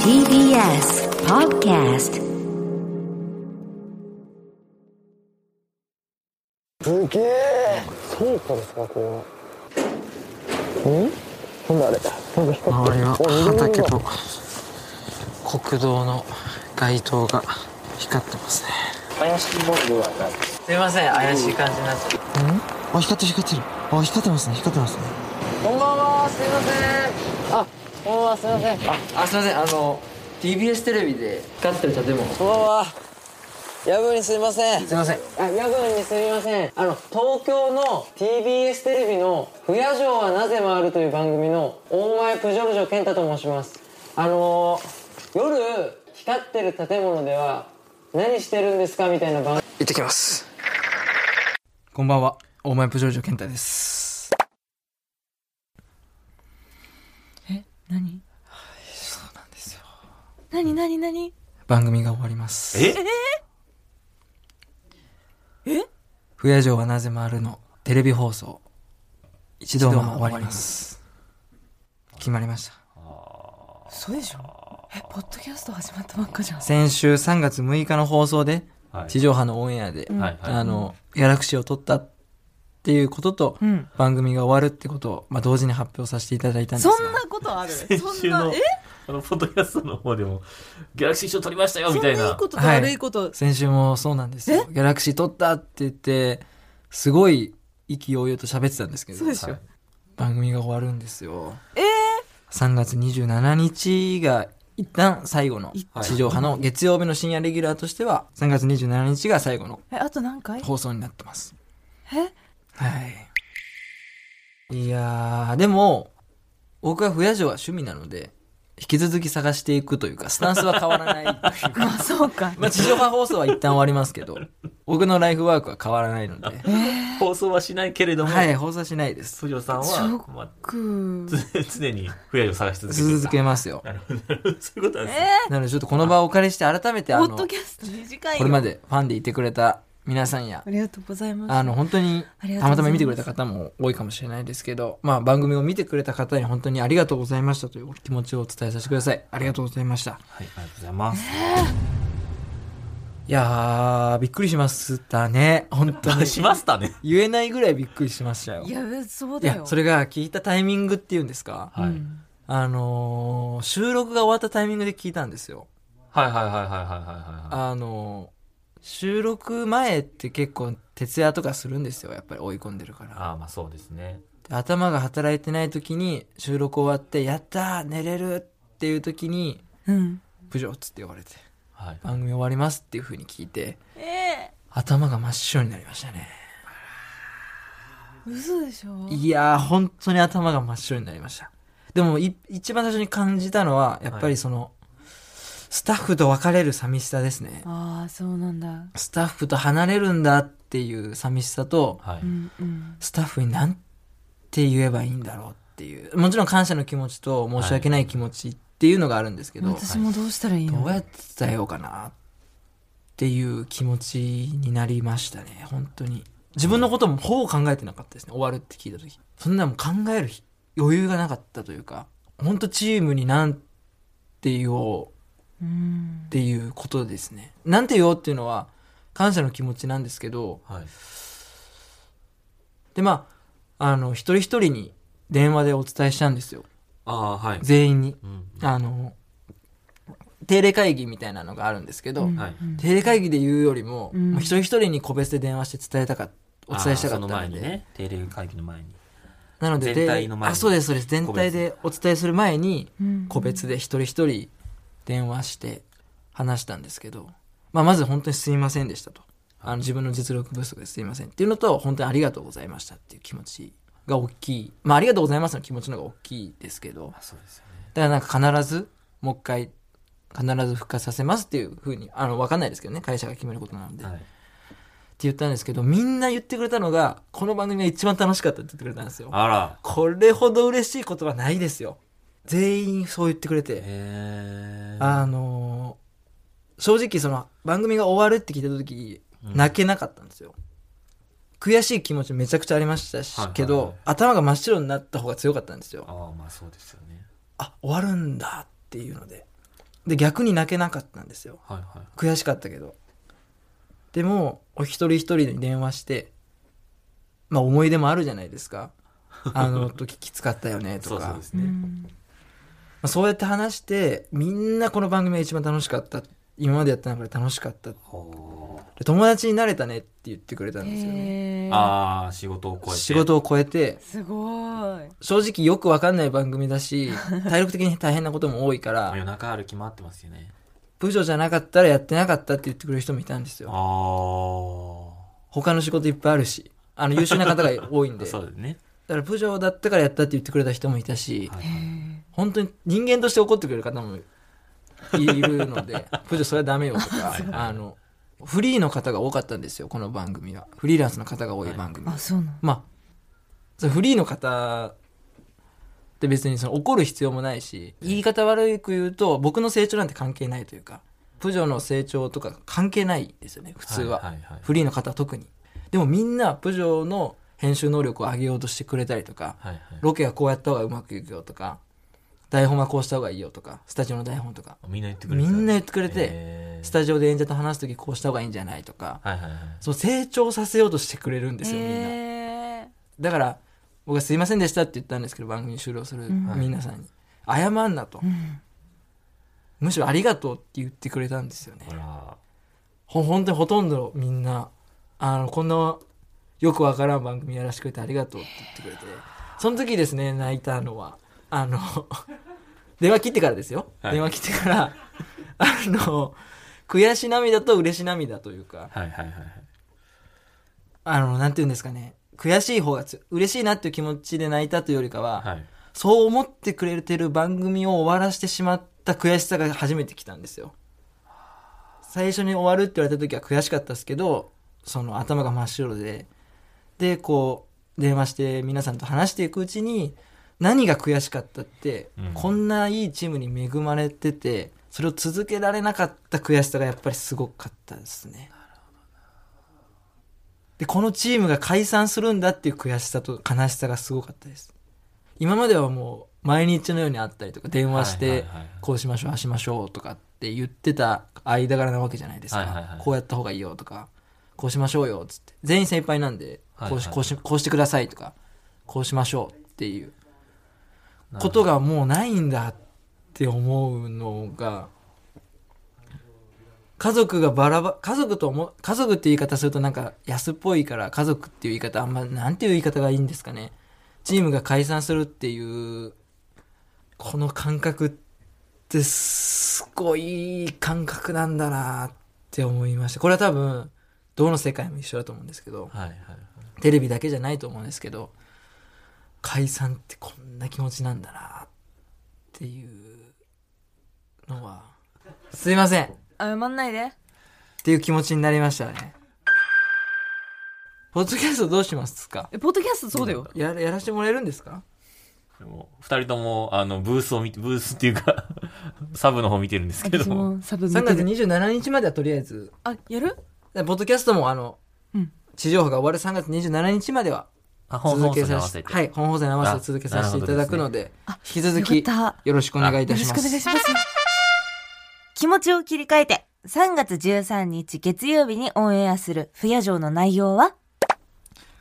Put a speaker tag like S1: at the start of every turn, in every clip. S1: TBS Podcast
S2: すげえ倉庫ですかこれはんなんだあれなんか光って
S3: 周りは
S2: お緑色
S3: 畑
S2: だ
S3: と国道の街灯が光ってますね
S4: 怪しいものではない。
S3: すいません怪しい感じになっちゃったんあ光ってる光ってるあ光ってますね光ってますね
S2: こんばんはすいませんあこんばんはすいませんあ
S3: あすいませんあの TBS テレビで光ってる建物
S2: こんばんは夜分にすいません
S3: すいません
S2: あ夜分にすみませんあの東京の TBS テレビの「不夜城はなぜ回る」という番組の大前プジョルジョ健太と申しますあのー、夜光ってる建物では何してるんですかみたいな番
S3: 行ってきますこんばんは大前プジョージョ健太です
S5: え何
S3: そうなんですよ
S5: 何何何
S3: 番組が終わります
S6: え
S3: 不夜城はなぜ回るのテレビ放送一度も終わります決まりました
S5: そうでしょえポッドキャスト始まったばっかじゃん
S3: 先週3月6日の放送で、
S6: はい
S3: 地上波のオンエアで、
S6: はいはい
S3: あの、ギャラクシーを撮ったっていうことと、
S5: うん
S3: 番組が終わるってことを、まあ、同時に発表させていただいたんです
S5: そ
S3: が、
S5: んなことあるそ
S6: 先
S5: ん
S6: 週
S5: な
S6: の
S5: え
S6: あのポッドキャストの方でもギャラクシー賞取りましたよ
S5: そ
S6: み
S5: ん
S6: たい
S5: ないい
S6: な
S5: ことと
S3: はい
S5: 悪いこと
S3: 先週もそうなんですよ。ギャラクシー撮ったって言って、すごい意気揚々と喋ってたんですけど、
S5: そうでしょ
S6: はい
S3: 番組が終わるんですよ。え !3 月27日が一旦最後の地上波の月曜日の深夜レギュラーとしては3月27日が最後の
S5: えあと何回
S3: 放送になってます。
S5: え
S3: はい。いやー、でも、僕は不夜城は趣味なので、引き続き探していくというか、スタンスは変わらないというか。
S5: まあそうか
S3: まあ、地上波放送は一旦終わりますけど、僕のライフワークは変わらないので、
S6: 放送はしないけれども、
S3: はい、放送はしないです。
S6: ソジョさん
S5: ショ
S6: は、まあ、
S5: く
S6: つ常に不夜を探し続けてる
S3: 続けますよ。
S6: なるほどなるほどそういうことなんですね、
S3: なので、ちょっとこの場をお借りして、改めて、あ
S5: ポ
S3: の、
S5: ッド
S3: こ
S5: キャスト短いよ
S3: れまでファンでいてくれた皆さんや
S5: あ、りがとうございます
S3: あの、本当に
S5: あり、がとうございます
S3: たまたま見てくれた方も多いかもしれないですけど、まあ、番組を見てくれた方に本当にありがとうございましたというお気持ちをお伝えさせてください。ありがとうございました。
S6: はいありがとうございます、。
S3: いやー、びっくりしましたね。本当に
S6: しましたね
S3: 言えないぐらいびっくりしましたよ。
S5: いやそう
S3: い
S5: だ
S3: や、
S5: よ
S3: それが聞いたタイミングっていうんですか、
S6: はい、
S3: あのー、収録が終わったタイミングで聞いたんですよ。
S6: はいはいはいはいはいはい
S3: あのー、収録前って結構徹夜とかするんですよ。やっぱり追い込んでるから。
S6: ああまあそうですね
S3: 頭が働いてない時に収録終わって「やったー寝れる!」っていう時に
S5: うん
S3: 「プジョー」っつって言われて
S6: はい
S3: 「番組終わります」っていう風に聞いて
S5: え
S3: 頭が真っ白になりましたね
S5: ー、嘘でしょ
S3: いやー本当に頭が真っ白になりましたでもい一番最初に感じたのはやっぱりその、スタッフと別れる寂しさですね
S5: ああそうなんだ
S3: スタッフと離れるんだっていう寂しさと
S6: はい、
S5: うんうん
S3: スタッフになんて言えばいいんだろうっていうもちろん感謝の気持ちと申し訳ない気持ちっていうのがあるんですけど、
S5: 私もどうしたらいい
S3: どう
S5: の
S3: やって伝えようかなっていう気持ちになりましたね本当に自分のこともほぼ考えてなかったですね終わるって聞いた時そんなもう考える余裕がなかったというか本当チームになんて言おう
S5: うん
S3: っていうことですねなんて言おうっていうのは感謝の気持ちなんですけど
S6: はい、
S3: でまああの一人一人に電話でお伝えしたんですよ
S6: ああはい、
S3: 全員に
S6: うん
S3: あの定例会議みたいなのがあるんですけど、
S5: うん
S6: はい
S5: うん
S3: 定例会議で言うよりも、
S5: うん
S3: もう一人一人に個別で電話して伝えたかっお伝えしたか
S6: あーそ
S3: っ
S6: の
S3: た
S6: 前
S3: ので
S6: にね定例会議の前に
S3: なので
S6: 全体の前に
S3: あそうですそうです全体でお伝えする前に
S5: うん
S3: 個別で一人一人電話して話したんですけど、まあ、まず本当にすいませんでしたとあの自分の実力不足ですいませんっていうのと本当にありがとうございましたっていう気持ちが大きい、まあ、ありがとうございますの気持ちの方が大きいですけど
S6: そうですよね
S3: だからなんか必ずもう一回必ず復活させますっていうふうにあの分かんないですけどね会社が決めることなので。
S6: はい
S3: って言ったんですけど、みんな言ってくれたのが、この番組が一番楽しかったって言ってくれたんですよ。
S6: あら
S3: これほど嬉しいことはないですよ。全員そう言ってくれて。
S6: へえ
S3: あのー正直その番組が終わるって聞いた時、泣けなかったんですよ。悔しい気持ちめちゃくちゃありましたし、
S6: はいはいはい
S3: けど、頭が真っ白になった方が強かったんですよ
S6: あ。あまあそうですよね
S3: あ終わるんだっていうのでで逆に泣けなかったんですよ
S6: はいはい
S3: 悔しかったけどでもお一人一人に電話してまあ思い出もあるじゃないです かあの時きつかったよねと
S6: そう
S3: か
S6: そうです
S5: う
S6: ね
S5: ん
S3: まあ、そうやって話してみんなこの番組が一番楽しかった今までやった中で楽しかった
S6: ほ
S3: で友達になれたねって言ってくれたんですよね、
S5: へ
S6: う
S5: ー
S6: ああ仕事を超えて
S3: 仕事を超えて
S5: すごい
S3: 正直よくわかんない番組だ し体力的に大変なことも多いか
S6: 夜
S3: ら
S6: 中歩き回ってますよね
S3: 部署じゃなかったらやってなかったって言ってくれる人もいたんです
S6: あ
S3: よ
S6: あ
S3: 他の仕事いっぱいあるしあの優秀な方が多いんで
S6: そうだね
S3: だから部署だったからやったって言ってくれた人もいたし、
S6: はい
S3: 本当に人間として怒ってくれる方もいるの で「プジョそれはダメよ」とかあのフリーの方が多かったんですよこの番組はフリーランスの方が多い番組、
S5: あそうなの
S3: まあそのフリーの方って別にその怒る必要もないし言い方悪く言うと僕の成長なんて関係ないというかプジョの成長とか関係ないですよね普通は、
S6: はいはいはい
S3: フリーの方は特にでもみんなプジョの編集能力を上げようとしてくれたりとか、
S6: はいはい
S3: ロケはこうやった方がうまくいくよとか台本はこうした方がいいよとかスタジオの台本とか
S6: みんな言ってくれ
S3: み
S6: てた
S3: んな言ってくれて
S6: へー
S3: スタジオで演者と話す時こうした方がいいんじゃないとか
S6: はいはいはい
S3: そう成長させようとしてくれるんですよみんな
S5: へー
S3: だから僕は「すいませんでした」って言ったんですけど番組終了する皆さんに「謝んな」とむしろ「ありがとう」って言ってくれたんですよね
S6: ほら
S3: ほ本当にほとんどみんなあのこんなよくわからん番組やらせてくれてありがとうって言ってくれてその時ですね泣いたのはあの 電話切ってからですよ、
S6: はい
S3: 電話切ってからあの悔し涙と嬉し涙というか
S6: はいはいはいはい
S3: あのなんて言うんですかね悔しい方がつ嬉しいなっていう気持ちで泣いたというよりかは、
S6: はい
S3: そう思ってくれてる番組を終わらせてしまった悔しさが初めて来たんですよ。最初に終わるって言われた時は悔しかったですけど、その頭が真っ白で、で、こう、電話して皆さんと話していくうちに、何が悔しかったって、
S6: うん
S3: こんないいチームに恵まれてて、それを続けられなかった悔しさがやっぱりすごかったですね。で、このチームが解散するんだっていう悔しさと悲しさがすごかったです。今まではもう毎日のように会ったりとか電話し
S6: はい
S3: て
S6: はいはいはい
S3: こうしましょうああしましょうとかって言ってた間柄なわけじゃないですか、
S6: はいはいはい
S3: こうやった方がいいよとかこうしましょうよっつって全員先輩なんで
S6: はいはい
S3: こうし,、こうしこうしてくださいとかこうしましょうっていうことがもうないんだって思うのが家族がバラバ家族と思う家族って言い方するとなんか安っぽいから家族っていう言い方あんまなんていう言い方がいいんですかねチームが解散するっていうこの感覚ってすごい感覚なんだなって思いましたこれは多分どの世界も一緒だと思うんですけど
S6: はいはいはい
S3: テレビだけじゃないと思うんですけど解散ってこんな気持ちなんだなっていうのはすいません
S5: 謝んないで
S3: っていう気持ちになりましたね。ポッドキャストどうしますか
S5: えポッドキャストそうだよ
S3: ややらせてもらえるんですか
S6: でも二人ともあのブースを見てブースっていうか サブの方見てるんですけど
S5: 私もサブ見て
S3: ?3 月
S5: る
S3: 27日まではとりあえず、
S5: あやる
S3: ポッドキャストもあの、
S5: うん
S3: 地上波が終わる3月27日までは
S6: あ本
S3: 続
S6: 放
S3: け
S6: 送に合
S3: さ
S6: わ
S3: せ
S6: せ
S3: て、
S6: て
S3: はい、本放送に合わせて続けさせていただくので、引き続
S5: よ
S3: き
S5: かった
S3: よろしくお願いいた
S5: よ
S3: し
S5: ろし
S3: ま
S5: くお願い
S3: す。
S5: します
S7: 気持ちを切り替えて3月13日月曜日にオンエアする不夜城の内容は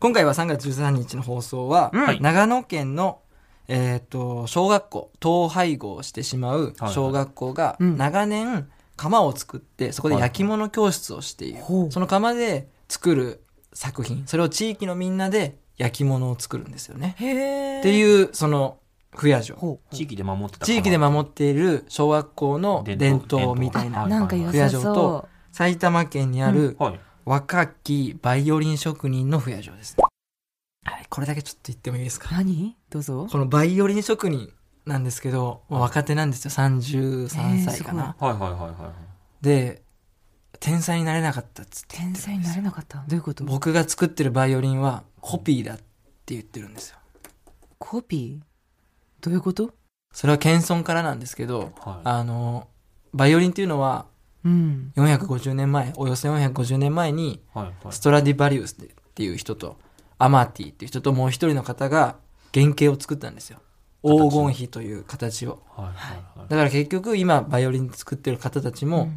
S3: 今回は3月13日の放送は、
S6: うん
S3: 長野県の、えー、と小学校統廃合をしてしまう
S6: はい
S3: 小学校が長年釜を作ってそこで焼き物教室をしている、その釜で作る作品それを地域のみんなで焼き物を作るんですよね。
S5: へ
S3: って
S5: え
S3: いうその不夜城
S6: 地域で守ってた
S3: 地域で守っている小学校の伝統みたい
S6: 伝統
S3: な
S5: なんか良
S3: 不夜
S5: さ
S3: 城と
S5: そ
S3: 埼玉県にある
S6: はい
S3: 若きバイオリン職人の不夜城です、はい、これだけちょっと言ってもいいです
S5: う
S3: か
S5: 何どうぞ
S3: このバイオリン職人なんですけど、まあ若手なんですよ33歳かな、
S6: はいはいはいはいはい
S3: で天才になれなかったっつって
S5: 天才になれなかったどういうこと
S3: 僕が作ってるバイオリンはコピーだって言ってるんですよ
S5: コピーどういうこと
S3: それは謙遜からなんですけど、
S6: はい
S3: あのバイオリンっていうのは
S5: うん
S3: 450年前およそ450年前に
S6: はいはい
S3: ストラディバリウスっていう人とアマーティっていう人ともう一人の方が原型を作ったんですよ黄金比という形を
S6: はいはいはい
S3: だから結局今バイオリン作ってる方たちも、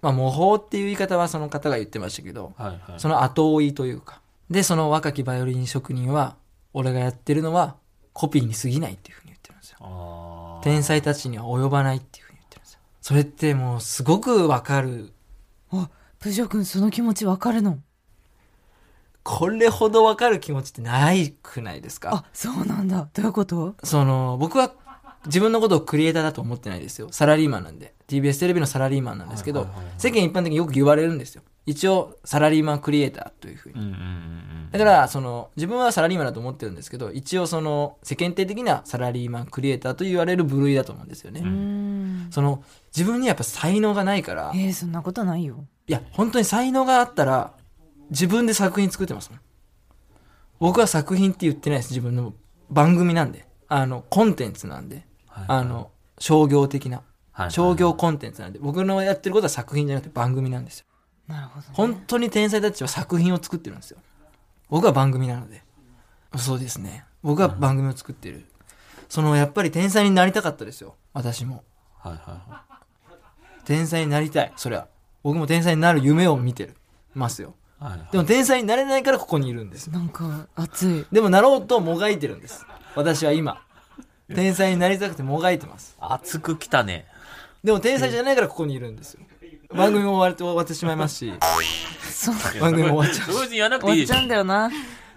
S3: まあ模倣っていう言い方はその方が言ってましたけど、
S6: はいはい
S3: その後追いというかでその若きバイオリン職人は俺がやってるのはコピーに過ぎないっていうふうに言ってるんですよ
S6: あー
S3: 天才たちには及ばないっていうふうに言ってるんですよそれってもうすごくわかる
S5: あ、プジョー君その気持ちわかるの。
S3: これほどわかる気持ちってないくないですか
S5: あ、そうなんだ。どういうこと
S3: その僕は自分のことをクリエイターだと思ってないですよサラリーマンなんで TBS テレビのサラリーマンなんですけど、
S6: はいはいはいはい
S3: 世間一般的によく言われるんですよ一応サラリーマンクリエイターというふうに、
S6: うんうんうん
S3: だからその自分はサラリーマンだと思ってるんですけど一応その世間体的なサラリーマンクリエイターと言われる部類だと思うんですよね、
S5: うん。
S3: その自分にはやっぱ才能がないからい
S5: えー、そんなことないよ。
S3: や本当に才能があったら自分で作品作ってますもん僕は作品って言ってないです自分の番組なんであのコンテンツなんで、
S6: はい
S3: あの商業的な
S6: はいはい
S3: 商業コンテンツなんで僕のやってることは作品じゃなくて番組なんですよ
S5: なるほど。
S3: 本当に天才たちは作品を作ってるんですよ僕は番組なのでそうですね僕は番組を作ってるそのやっぱり天才になりたかったですよ私も
S6: はいは
S3: 天才になりたいそりゃ僕も天才になる夢を見てるますよ
S6: いはいはい
S3: でも天才になれないからここにいるんです
S5: なんか熱 い。
S3: でもなろうともがいてるんです私は今天才になりたくてもがいてます
S6: 熱く来たね
S3: でも天才じゃないからここにいるんですよ番組も終わって終わってしまいますし
S5: そう。
S3: 番組も終わっちゃうし
S6: 同時に言わなく
S5: 終
S6: ていいで
S5: わ
S6: し
S5: っちゃうんだよな。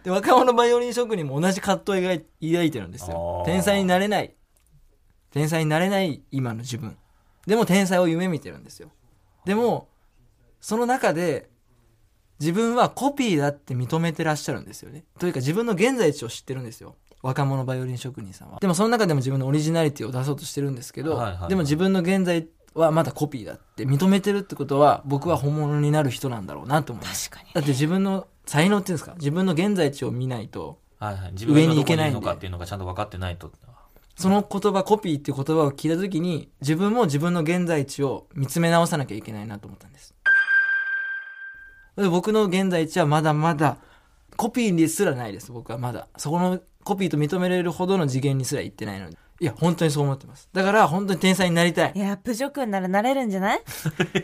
S3: で若者バイオリン職人も同じ葛藤を描い抱いてるんですよ
S6: あー
S3: 天才になれない天才になれない今の自分でも天才を夢見てるんですよでもその中で自分はコピーだって認めてらっしゃるんですよねというか自分の現在地を知ってるんですよ若者バイオリン職人さんはでもその中でも自分のオリジナリティを出そうとしてるんですけど、
S6: はいはいはい
S3: でも自分の現在はまだコピーだって認めてるってことは僕は本物になる人なんだろうなと思います
S5: 確かに。
S3: だって自分の才能っていうんですか自分の現在地を見ないと
S6: はいはい、自
S3: 上
S6: 分
S3: に
S6: に
S3: 行
S6: 行
S3: け
S6: け
S3: な
S6: ないい
S3: んで
S6: のかっていうのがちゃんと分かってないと
S3: その言葉コピーっていう言葉を聞いた時に自分も自分の現在地を見つめ直さなきゃいけないなと思ったんですで僕の現在地はまだまだコピーですらないです僕はまだそこのコピーと認められるほどの次元にすら行ってないのでいや本当にそう思ってますだから本当に天才になりたい
S7: いや、プジョ君ならなれるんじゃない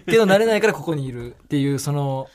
S3: けど慣れないからここにいるっていうその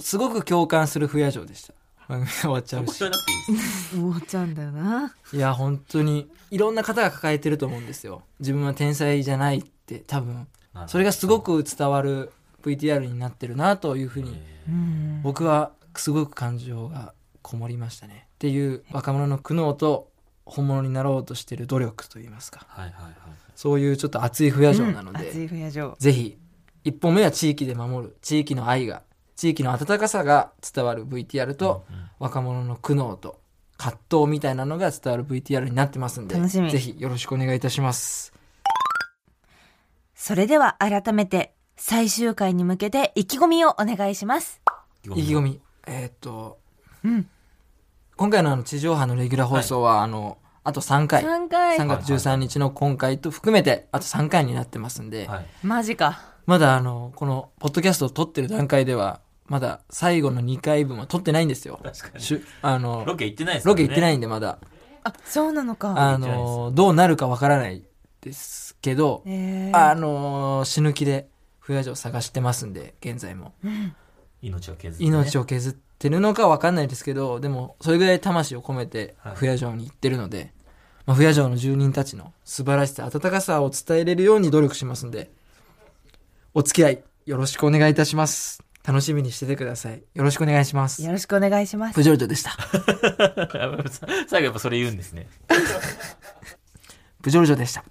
S3: すごく共感する不夜城でした番組終わっちゃうし
S6: 必要なくていいです
S5: 終わっちゃうんだよな。
S3: いや本当にいろんな方が抱えてると思うんですよ自分は天才じゃないって多分それがすごく伝わる VTR になってるなというふうに
S5: うん。
S3: 僕はすごく感情がこもりましたねっていう若者の苦悩と本物になろうとしてる努力といいますか
S6: はいはいはい
S3: そういうちょっと熱い不夜城なので、
S5: 熱い不夜城。
S3: ぜひ一本目は地域で守る地域の愛が地域の温かさが伝わる VTR と、若者の苦悩と葛藤みたいなのが伝わる VTR になってますんで
S7: 楽しみ
S3: ぜひよろしくお願いいたします
S7: それでは改めて、最終回に向けて意気込みをお願いします。
S3: 意気込みえーっと、今回のあの地上波のレギュラー放送は、あのあと3回
S7: 3回
S3: 3月13日の今回と含めてあと3回になってますんで、
S6: はい
S7: マジか。
S3: まだあのこのポッドキャストを撮ってる段階ではまだ最後の2回分は撮ってないんですよ
S6: 確かに
S3: しゅあの
S6: ロケ行ってないですから
S3: ロ
S6: ね
S3: ケ行ってないんでまだ、
S5: あ、そうなのか。
S3: あのどうなるかわからないですけど、
S5: えー、
S3: あの死ぬ気で不夜城探してますんで現在も
S6: 命を削ってね
S3: 命を削ってるのかわかんないですけどでもそれぐらい魂を込めて
S6: はい
S3: 不夜城に行ってるので、まあ、不夜城の住人たちの素晴らしさ温かさを伝えれるように努力しますんでお付き合いよろしくお願いいたします楽しみにしててくださいよろしくお願いします
S7: よろしくお願いします。
S3: 不夜城でした
S6: 最後やっぱそれ言うんですね
S3: プジョルジョでした